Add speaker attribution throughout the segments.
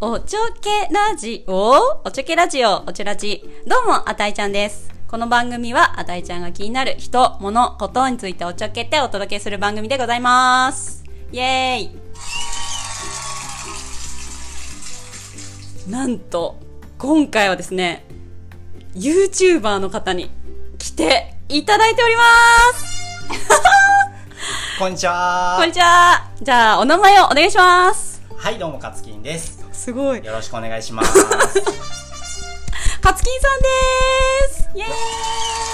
Speaker 1: おちょけラジオおちょけラジオおちょラジ。どうも、あたいちゃんです。この番組は、あたいちゃんが気になる人、物、ことについておちょけてお届けする番組でございます。イェーイなんと、今回はですね、YouTuber の方に来ていただいております
Speaker 2: こんにちは。
Speaker 1: こんにちはじゃあ、お名前をお願いします
Speaker 2: はい、どうも、かつきんです。
Speaker 1: すごい。
Speaker 2: よろしくお願いし ます。よ
Speaker 1: カツキンさんですイェーイ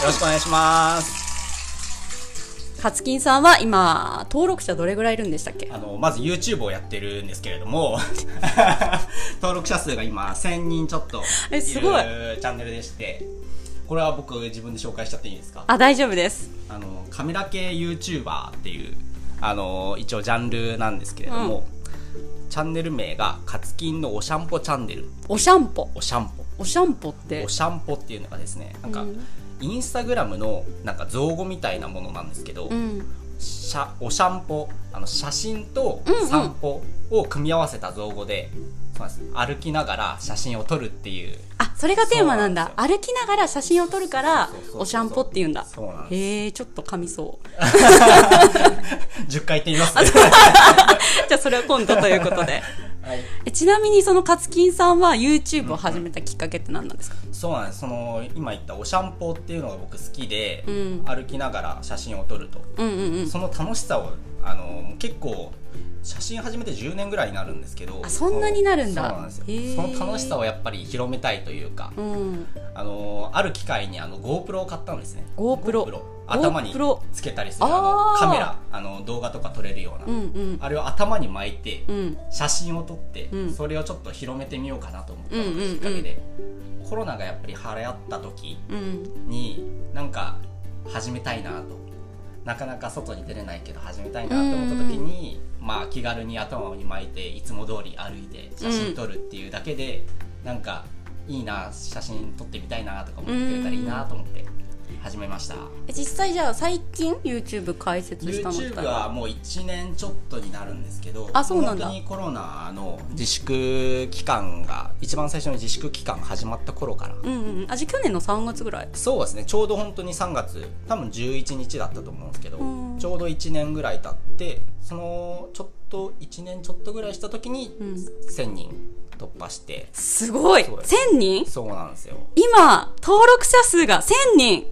Speaker 2: ろしくお願いします。
Speaker 1: カツキンさんは今、登録者どれぐらいいるんでしたっけ
Speaker 2: あの、まず YouTube をやってるんですけれども、 登録者数が今、1000人ちょっと
Speaker 1: え
Speaker 2: いるチ
Speaker 1: すごい
Speaker 2: ャンネルでして、これは僕自分で紹介しちゃっていいですか
Speaker 1: あ、大丈夫です。
Speaker 2: あの、カメラ系 YouTuber っていう、あの、一応ジャンルなんですけれども、チャンネル名が、かつきんのおしゃんぽチャンネル。
Speaker 1: おしゃんぽ。
Speaker 2: おしゃんぽ。
Speaker 1: おしゃんぽって
Speaker 2: お。しゃんぽっていうのがですねなんか、
Speaker 1: うん
Speaker 2: インスタグラムのなんか造語みたいなものなんですけど、
Speaker 1: うん。
Speaker 2: しゃおしゃんぽあの写真と
Speaker 1: うんうん
Speaker 2: 散歩を組み合わせた造語で,、そうなんです歩きながら写真を撮るっていう
Speaker 1: あ、それがテーマなんだ。
Speaker 2: そう
Speaker 1: 歩きながら写真を撮るから
Speaker 2: そうそうそう、そう
Speaker 1: おしゃんぽって言うんだ。
Speaker 2: そうなんで
Speaker 1: へえ、ちょっと噛みそう。
Speaker 2: す10回言ってみます、
Speaker 1: じゃあそれは今度ということで。
Speaker 2: はい、
Speaker 1: えちなみにそのカツキンさんは YouTube を始めたきっかけって何なんですか
Speaker 2: そうなんですその今言ったおしゃんぽっていうのが僕好きで、
Speaker 1: うん
Speaker 2: 歩きながら写真を撮ると
Speaker 1: うんうんうん。
Speaker 2: その楽しさをあの結構写真始めて10年ぐらいになるんですけど
Speaker 1: あそんなになるんだ
Speaker 2: そうなんですよ
Speaker 1: へー
Speaker 2: その楽しさをやっぱり広めたいというか、
Speaker 1: うん。
Speaker 2: あのある機会にあの GoPro を買ったんですね
Speaker 1: GoPro
Speaker 2: 頭に
Speaker 1: GoPro
Speaker 2: つけたりするあ
Speaker 1: あ
Speaker 2: の
Speaker 1: ー
Speaker 2: カメラあの動画とか撮れるような、
Speaker 1: うんうん。
Speaker 2: あれを頭に巻いて、
Speaker 1: うん。
Speaker 2: 写真を撮って、
Speaker 1: うん
Speaker 2: それをちょっと広めてみようかなと思った
Speaker 1: うん
Speaker 2: の
Speaker 1: うん
Speaker 2: が
Speaker 1: うん
Speaker 2: きっかけで、コロナがやっぱり流行った時
Speaker 1: うん。
Speaker 2: になんか始めたいなとなかなか外に出れないけど始めたいなと思った時に、まあ気軽に頭に巻いていつも通り歩いて写真撮るっていうだけで、なんかいいな写真撮ってみたいなとか思ってくれたらいいなと思って始めました、
Speaker 1: え実際じゃあ最近 YouTube 開設したのって
Speaker 2: YouTube はもう1年ちょっとになるんですけど
Speaker 1: あそうなんだ
Speaker 2: 本当にコロナの自粛期間が一番最初の自粛期間が始まった頃から
Speaker 1: うんうんうん。あ、じゃあ去年の3月ぐらい。
Speaker 2: そうですねちょうど本当に3月多分11日だったと思うんですけど、
Speaker 1: うん
Speaker 2: ちょうど1年ぐらい経ってそのちょっと1年ちょっとぐらいした時に
Speaker 1: うん
Speaker 2: 1000人突破して、
Speaker 1: すごい
Speaker 2: そう
Speaker 1: !1000 人
Speaker 2: そうなんですよ
Speaker 1: 今、登録者数が1000人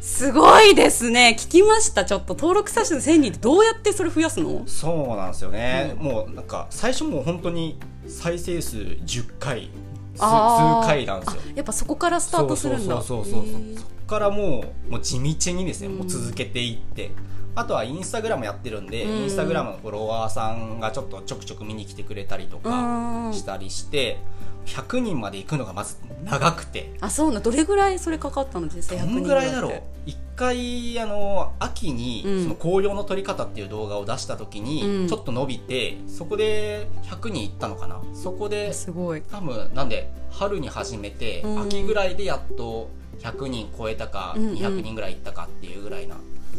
Speaker 1: すごいですね聞きましたちょっと登録者数1000人ってどうやってそれ増やすの
Speaker 2: そうなんですよね、
Speaker 1: う
Speaker 2: もうなんか最初もう本当に再生数10回す数
Speaker 1: あー
Speaker 2: 回なんですよ
Speaker 1: やっぱそこからスタートするんだ
Speaker 2: そうそうそうそうそう
Speaker 1: へー
Speaker 2: そこからもうもう地道にですね、もううん続けていってあとはインスタグラムやってるんで、
Speaker 1: うん
Speaker 2: インスタグラムのフォロワーさんがちょっとちょくちょく見に来てくれたり
Speaker 1: う
Speaker 2: と
Speaker 1: ん
Speaker 2: かしたりして、100人まで行くのがまず長くて
Speaker 1: あそうなんどれぐらいそれかかったの実際
Speaker 2: ど
Speaker 1: 100人
Speaker 2: んぐらいだろう一回あの秋に
Speaker 1: うん
Speaker 2: その紅葉の撮り方っていう動画を出した時
Speaker 1: うん
Speaker 2: にちょっと伸びて、そこで100人行ったのかなそこです
Speaker 1: ごい
Speaker 2: 多分なんで春に始めて、
Speaker 1: うん
Speaker 2: 秋ぐらいでやっと100人超えたか、
Speaker 1: うんうん
Speaker 2: 200人ぐらいいったかっていうぐらいな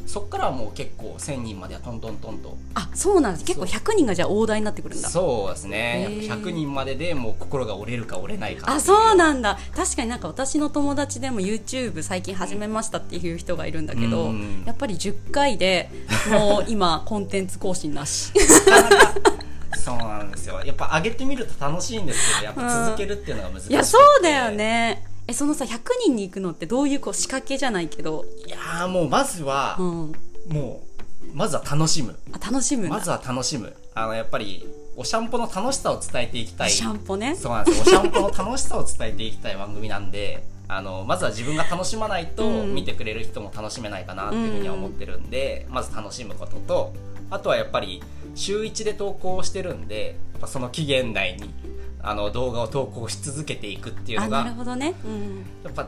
Speaker 2: そっからはもう結構1000人まではトントントンと
Speaker 1: あそうなんです結構100人がじゃあ大台になってくるんだ
Speaker 2: そうです
Speaker 1: へ
Speaker 2: ね
Speaker 1: ー
Speaker 2: やっぱ100人まででもう心が折れるか折れないかってい
Speaker 1: あそうなんだ確かになんか私の友達でも YouTube 最近始めましたっていう人がいるんだけど、
Speaker 2: うん
Speaker 1: やっぱり10回でもう今コンテンツ更新なし
Speaker 2: なかなか そうなんですよやっぱ上げてみると楽しいんですけどやっぱ続けるっていうのが難しく
Speaker 1: い
Speaker 2: て
Speaker 1: やそうだよねえそのさ100人に行くのってどういうこう仕掛けじゃないけど、
Speaker 2: いやーもうまずは
Speaker 1: う、ん、
Speaker 2: もうまずは楽しむ
Speaker 1: あ楽しむんだ、
Speaker 2: まずは楽しむあのやっぱりおしゃんぽの楽しさを伝えていきたい
Speaker 1: シャンポね
Speaker 2: そうなんですよ。おしゃんぽの楽しさを伝えていきたい番組なんで、あの、まずは自分が楽しまないと、
Speaker 1: うん
Speaker 2: 見てくれる人も楽しめないかなっていうふうには思ってるんで、まず楽しむことと、あとはやっぱり、週1で投稿してるんで、やっぱその期限内に、あの、動画を投稿し続けていくっていう
Speaker 1: あ
Speaker 2: の
Speaker 1: なる
Speaker 2: が、
Speaker 1: ほどね、うん、
Speaker 2: やっぱ、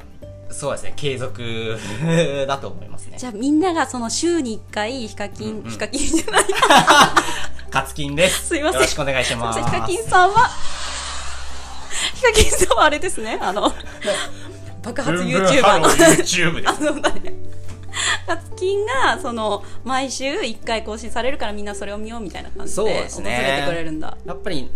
Speaker 2: そうですね、継続 だと思いますね
Speaker 1: じ。ゃあみんながその週に1回ヒカキン、
Speaker 2: うんうん
Speaker 1: ヒカキンじゃない
Speaker 2: カツキンです。
Speaker 1: すいません
Speaker 2: よろしくお願いします。
Speaker 1: ヒカキンさんは、ヒカキンさんはあれですね、あの、爆発
Speaker 2: ブンブンハ
Speaker 1: YouTuber
Speaker 2: ロ
Speaker 1: の。
Speaker 2: ー YouTube です
Speaker 1: あ。の、ね、ヒカキンが、その、毎週1回更新されるからみんなそれを見ようみたいな感じで、
Speaker 2: そうですね
Speaker 1: 訪れてくれるんだ。
Speaker 2: やっぱり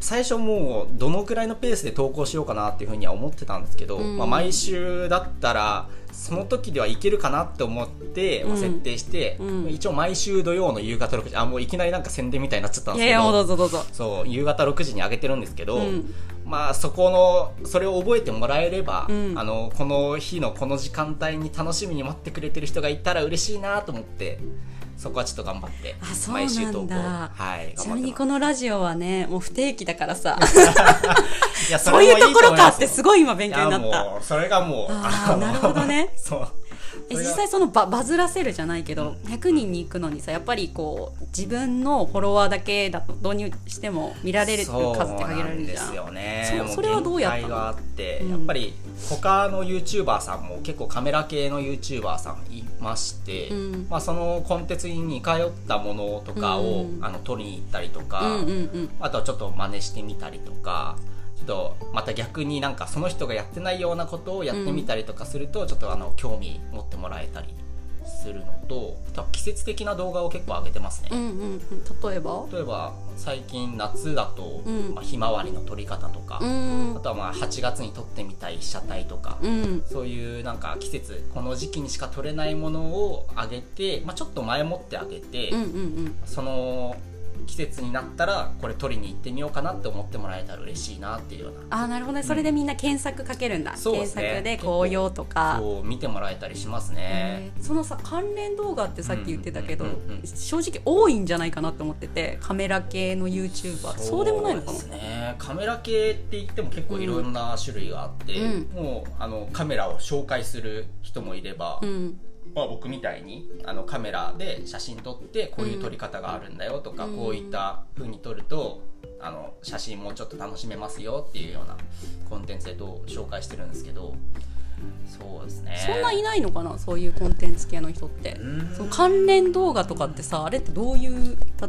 Speaker 2: 最初もうどのくらいのペースで投稿しようかなっていうふうには思ってたんですけど、
Speaker 1: うん
Speaker 2: まあ、毎週だったらその時ではいけるかなって思って、まあ
Speaker 1: うん
Speaker 2: 設定して、
Speaker 1: うん
Speaker 2: 一応毎週土曜の夕方6時あもういきなりなんか宣伝みたいになっちゃったん
Speaker 1: い
Speaker 2: です
Speaker 1: やい
Speaker 2: けど
Speaker 1: やもうどうぞどうぞ
Speaker 2: そう夕方6時に上げてるんですけど、
Speaker 1: うん
Speaker 2: まあそこのそれを覚えてもらえれば、
Speaker 1: うん
Speaker 2: あのこの日のこの時間帯に楽しみに待ってくれてる人がいたら嬉しいなと思ってそこはちょっと頑張って
Speaker 1: あそうなんだ
Speaker 2: 毎週投稿はい
Speaker 1: ち
Speaker 2: 頑
Speaker 1: なみ
Speaker 2: 張って
Speaker 1: に
Speaker 2: ま
Speaker 1: このラジオはねもう不定期だからさ
Speaker 2: すいや
Speaker 1: そういうところかってす
Speaker 2: い
Speaker 1: ごい今勉
Speaker 2: い
Speaker 1: 強
Speaker 2: や
Speaker 1: になった
Speaker 2: もうそれがも
Speaker 1: あ
Speaker 2: う
Speaker 1: ー
Speaker 2: の
Speaker 1: なるほどね
Speaker 2: そう
Speaker 1: え
Speaker 2: それ
Speaker 1: 実
Speaker 2: が
Speaker 1: 際そのババズらせるじゃないけど、100人に行くのにさやっぱりこう自分のフォロワーだけだと導入しても見られる数って限られるじゃん
Speaker 2: そうなんで
Speaker 1: そ
Speaker 2: すよね
Speaker 1: う
Speaker 2: もう
Speaker 1: それはどうやったの
Speaker 2: 限界があって、
Speaker 1: うん
Speaker 2: やっぱり他の YouTuber さんも結構カメラ系の YouTuber さんいまして、
Speaker 1: うん
Speaker 2: まあ、そのコンテンツに似通ったものとかを、
Speaker 1: うん
Speaker 2: あの撮りに行ったりとか、
Speaker 1: うんうんうん
Speaker 2: あとはちょっと真似してみたりとか。ちょっとまた逆になんかその人がやってないようなことをやってみたりとかすると、ちょっとあの興味持ってもらえたりするのとあとは季節的な動画を結構上げてますね
Speaker 1: う。んうんうん例えば
Speaker 2: 例えば最近夏だと、
Speaker 1: うん
Speaker 2: まあ、ひまわりの撮り方とか、
Speaker 1: うん
Speaker 2: あとはまあ8月に撮ってみたい被写体とか、
Speaker 1: うん
Speaker 2: そういうなんか季節この時期にしか撮れないものをあげて、まあ、ちょっと前もってあげて、
Speaker 1: うんうん
Speaker 2: その季節になったらこれ撮りに行ってみようかなって思ってもらえたら嬉しいなっていうよう
Speaker 1: あーなるほどねそれでみんな検索かけるんだ、
Speaker 2: そうで
Speaker 1: 検
Speaker 2: すね
Speaker 1: 索で紅葉と
Speaker 2: な
Speaker 1: か
Speaker 2: こう見てもらえたりしますね。
Speaker 1: えーそのさ関連動画ってさっき言ってたけど、
Speaker 2: うんうんうんうん
Speaker 1: 正直多いんじゃないかなって思っててカメラ系の YouTuber そうでもないのかな
Speaker 2: そうですねカメラ系って言っても結構いろんな種類があって、
Speaker 1: うん
Speaker 2: もうあのカメラを紹介する人もいれば、
Speaker 1: うん
Speaker 2: まあ、僕みたいにあのカメラで写真撮ってこういう撮り方があるんだよとか、
Speaker 1: うん
Speaker 2: こういった風に撮るとあの写真もうちょっと楽しめますよっていうようなコンテンツでどう紹介してるんですけどそうですね
Speaker 1: そんないないのかなそういうコンテンツ系の人って
Speaker 2: う。ん
Speaker 1: その関連動画とかってさあれってどういうた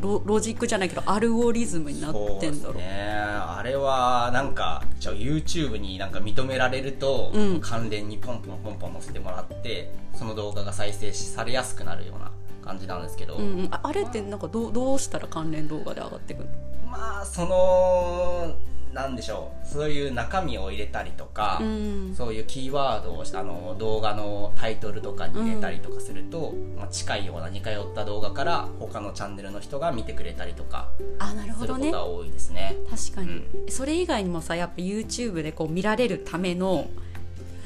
Speaker 1: ロロジックじゃないけどアルゴリズムになっ
Speaker 2: そう
Speaker 1: てん
Speaker 2: で
Speaker 1: だ
Speaker 2: す
Speaker 1: ろう
Speaker 2: ねあれはなんかじゃあ YouTube になんか認められると、
Speaker 1: うん
Speaker 2: 関連にポンポンポンポン載せてもらってその動画が再生されやすくなるような感じなんですけど、
Speaker 1: うんうん、ああれってなんかどうどうしたら関連動画で上がってくる
Speaker 2: まあそのなんでしょうそういう中身を入れたりとか、
Speaker 1: の、うん、
Speaker 2: そういうキーワードをあの動画のタイトルとかに入れたりとかすると、まあ、近いような似通った動画から他のチャンネルの人が見てくれたりとか
Speaker 1: あなるほ
Speaker 2: する
Speaker 1: ど
Speaker 2: こと
Speaker 1: ね
Speaker 2: が多いですね。
Speaker 1: 確かに、それ以外にもさやっぱ YouTube でこう見られるための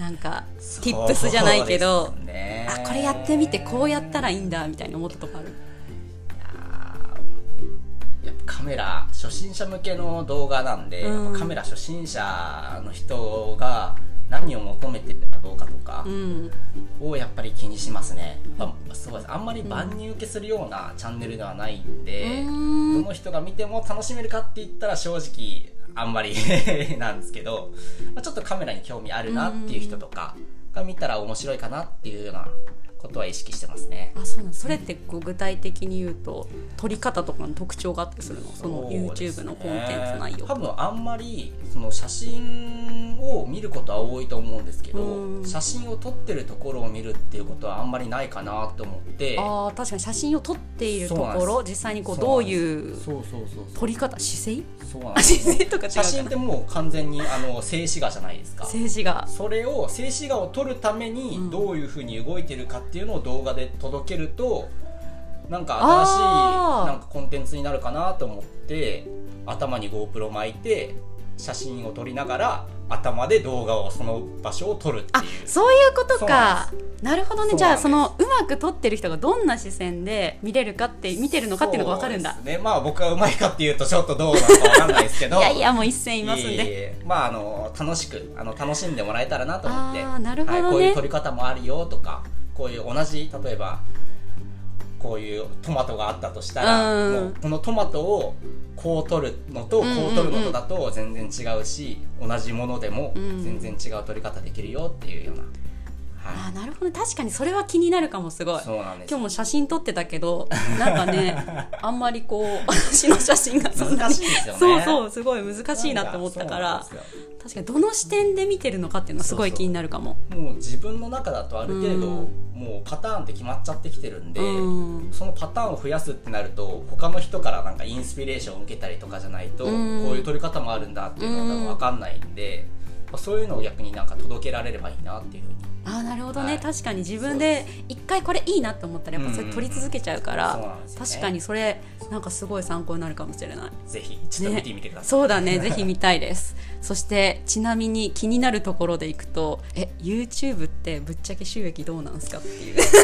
Speaker 1: なんか tips じゃないけど、
Speaker 2: そうですね
Speaker 1: あこれやってみてこうやったらいいんだみたいな思ったとこある
Speaker 2: あーやっぱカメラ初心者向けの動画なんで、
Speaker 1: うん
Speaker 2: やっぱカメラ初心者の人が何を求めてるかどうかとか
Speaker 1: うん
Speaker 2: をやっぱり気にしますね、まあ、そうですあんまり万人受けするようなチャンネルではないんで、
Speaker 1: うん
Speaker 2: どの人が見ても楽しめるかって言ったら正直あんまり なんですけど、まあ、ちょっとカメラに興味あるなっていう人とかが見たら面白いかなっていうようなことは意識してますね。
Speaker 1: あそうなんそれってこう具体的に言うと撮り方とかの特徴があったりするのその YouTube のコンテンツ内容
Speaker 2: 多分あんまりその写真を見ることは多いと思うんですけ
Speaker 1: う
Speaker 2: ど
Speaker 1: ん
Speaker 2: 写真を撮ってるところを見るっていうことはあんまりないかなと思って
Speaker 1: あー確かに写真を撮っていると
Speaker 2: そ
Speaker 1: こ
Speaker 2: うな
Speaker 1: ろ
Speaker 2: ん
Speaker 1: 実際にこうど
Speaker 2: そううなん
Speaker 1: いう
Speaker 2: ですそうそうそう
Speaker 1: 撮り方姿勢
Speaker 2: そうなん
Speaker 1: あ
Speaker 2: です
Speaker 1: 姿勢とか違うか
Speaker 2: 写
Speaker 1: な
Speaker 2: 真ってもう完全にあの静止画じゃないですか
Speaker 1: 静止画
Speaker 2: それを静止画を撮るためにどういうふうに動いてるかっていうのを動画で届けるとなんか新しい
Speaker 1: あー
Speaker 2: なんかコンテンツになるかなと思って頭に GoPro 巻いて写真を撮りながら頭で動画をその場所を撮るって
Speaker 1: あ
Speaker 2: いう
Speaker 1: そういうこと
Speaker 2: そうな
Speaker 1: かなるほどね
Speaker 2: そう
Speaker 1: じゃ
Speaker 2: なん
Speaker 1: あ
Speaker 2: です
Speaker 1: そのうまく撮ってる人がどんな視線で見れるかって見てるのかっていうのが分かるんだ
Speaker 2: そうですねまあ僕はうまいかっていうとちょっとどうなのかわかんないですけ
Speaker 1: い
Speaker 2: ど
Speaker 1: やいやもう一線いますん
Speaker 2: いえ
Speaker 1: で
Speaker 2: いえまああの楽しくあの楽しんでもらえたらなと思って
Speaker 1: あーなるほどね
Speaker 2: はい、こういう撮り方もあるよとかこういう同じ例えばこういうトマトがあったとしたら、
Speaker 1: うん
Speaker 2: もうこのトマトをこう撮るのとこ
Speaker 1: うんうんうん
Speaker 2: う撮るのとだと全然違うし、同じものでも全然違う撮り方できるよっていうような、
Speaker 1: あーなるほど確かにそれは気になるかもすごい
Speaker 2: そうなんです
Speaker 1: 今日も写真撮ってたけどなんか ねあんまりこう私の写真がそんなに
Speaker 2: 難しいですよね
Speaker 1: そうそうすごい難しいなって思ったか
Speaker 2: なん
Speaker 1: ら
Speaker 2: そうなんですよ
Speaker 1: 確かにどの視点で見てるのかっていうのはすごい気になるかも
Speaker 2: もう自分の中だとある程
Speaker 1: う
Speaker 2: 度
Speaker 1: ん
Speaker 2: もうパターンって決まっちゃってきてるんで
Speaker 1: うん
Speaker 2: そのパターンを増やすってなると他の人からなんかインスピレーションを受けたりとかじゃないとこ
Speaker 1: う
Speaker 2: うんいう撮り方もあるんだっていうのが分かんないんでまあそういうのを逆になんか届けられればいいなっていうふうに
Speaker 1: あーなるほどね、
Speaker 2: はい
Speaker 1: 確かに自分で一回これいいなと思ったらやっぱそれ撮り続けちゃうから、
Speaker 2: うんうんそうなんですよね
Speaker 1: 確かにそれなんかすごい参考になるかもしれない
Speaker 2: ぜひちょっと見てみてください。
Speaker 1: そうだねぜひ見たいですそしてちなみに気になるところでいくとえ YouTube ってぶっちゃけ収益どうなんですかっていう
Speaker 2: そう
Speaker 1: ちょっ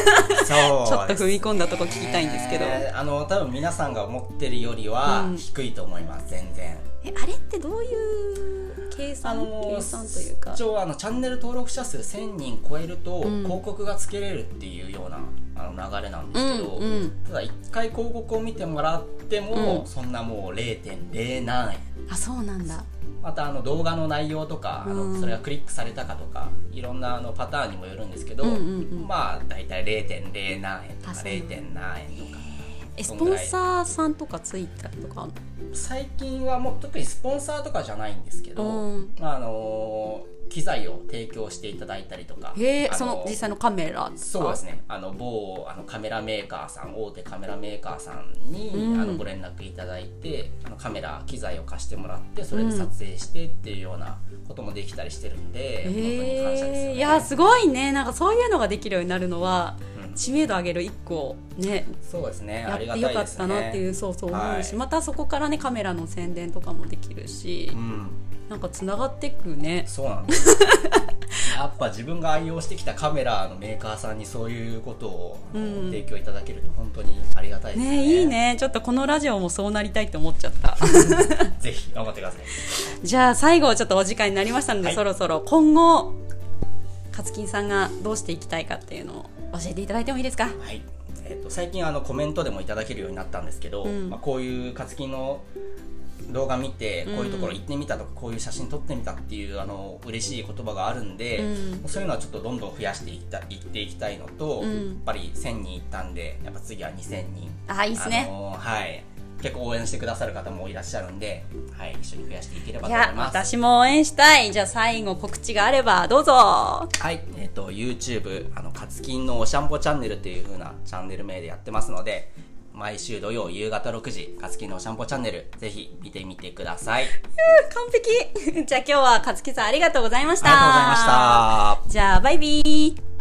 Speaker 1: と踏み込んだとこ聞きたいんですけど
Speaker 2: ねあの多分皆さんが思ってるよりは
Speaker 1: うん
Speaker 2: 低いと思います、全然
Speaker 1: えあれってどういう計
Speaker 2: あ
Speaker 1: 算、
Speaker 2: の
Speaker 1: 計算というか
Speaker 2: 一応あのチャンネル登録者数1000人超えると、
Speaker 1: うん
Speaker 2: 広告がつけれるっていうようなあの流れなんで
Speaker 1: う
Speaker 2: す
Speaker 1: ん
Speaker 2: けど、
Speaker 1: うん
Speaker 2: ただ一回広告を見てもらっても、
Speaker 1: うん
Speaker 2: そんなもう0.0何円
Speaker 1: あそうなんだ
Speaker 2: またあの動画の内容とか、あ
Speaker 1: うん
Speaker 2: のそれがクリックされたかとかいろんなあのパターンにもよるんですけど、
Speaker 1: うんうんうん
Speaker 2: まあ大体0.0何円とか
Speaker 1: あそうなん
Speaker 2: 0. 点何円とか
Speaker 1: えス
Speaker 2: そん
Speaker 1: ポ
Speaker 2: ぐ
Speaker 1: ン
Speaker 2: らい
Speaker 1: サーさんとかついたりとかあんの
Speaker 2: 最近はもう特にスポンサーとかじゃないんですけど、
Speaker 1: うん
Speaker 2: あのー機材を提供していただいたりとか
Speaker 1: へえ
Speaker 2: あー
Speaker 1: その実際のカメラとか
Speaker 2: そうですねあの某あのカメラメーカーさん大手カメラメーカーさんに、
Speaker 1: うん
Speaker 2: あのご連絡いただいてあのカメラ機材を貸してもらってそれで撮影してっていうようなこともできたりしてるんで、本当に感謝ですよ
Speaker 1: え
Speaker 2: ね
Speaker 1: いやすごいねなんかそういうのができるようになるのは
Speaker 2: うん
Speaker 1: 知名度上げる一個ね
Speaker 2: そうですね
Speaker 1: や
Speaker 2: あ
Speaker 1: っ
Speaker 2: り
Speaker 1: て
Speaker 2: が
Speaker 1: よ
Speaker 2: たい
Speaker 1: か
Speaker 2: で
Speaker 1: っ
Speaker 2: す
Speaker 1: たなっていう
Speaker 2: ね
Speaker 1: そうそう思うし、
Speaker 2: はい
Speaker 1: またそこからねカメラの宣伝とかもできるし、
Speaker 2: うん
Speaker 1: なんかつながっていくね
Speaker 2: そうなん ですよやっぱ自分が愛用してきたカメラのメーカーさんにそういうことをあの
Speaker 1: うん
Speaker 2: 提供いただけると本当にありがたいですね
Speaker 1: ねいいねちょっとこのラジオもそうなりたいって思っちゃった
Speaker 2: ぜひ頑張ってください
Speaker 1: じゃあ最後ちょっとお時間になりましたので、
Speaker 2: はい
Speaker 1: そろそろ今後勝金さんがどうしていきたいかっていうのを教えていただいてもいいですか
Speaker 2: はいえっと最近あのコメントでもいただけるようになったんですけど、
Speaker 1: うん
Speaker 2: まあ、こういう活気の動画見て
Speaker 1: うん
Speaker 2: こういうところ行ってみたとか、こういう写真撮ってみたっていうあの嬉しい言葉があるんで、
Speaker 1: うん
Speaker 2: そういうのはちょっとどんどん増やしていったいっていきたいのと、
Speaker 1: うん
Speaker 2: やっぱり1000人いったんでやっぱ次は2000人
Speaker 1: あいいです
Speaker 2: あ
Speaker 1: ね、
Speaker 2: のーはい。結構応援してくださる方もいらっしゃるんで、はい、一緒に増やしていければ
Speaker 1: い
Speaker 2: と思い
Speaker 1: や
Speaker 2: ます。
Speaker 1: 私も応援したいじゃあ最後告知があればどうぞ
Speaker 2: はい、えっ、と YouTube あのカツキンのおしゃんぽチャンネルという風なチャンネル名でやってますので、毎週土曜夕方6時カツキンのおしゃんぽチャンネルぜひ見てみてください。
Speaker 1: 完 璧じゃあ今日は勝木さんありがとうございました
Speaker 2: ありがとうございました。
Speaker 1: じゃあバイビー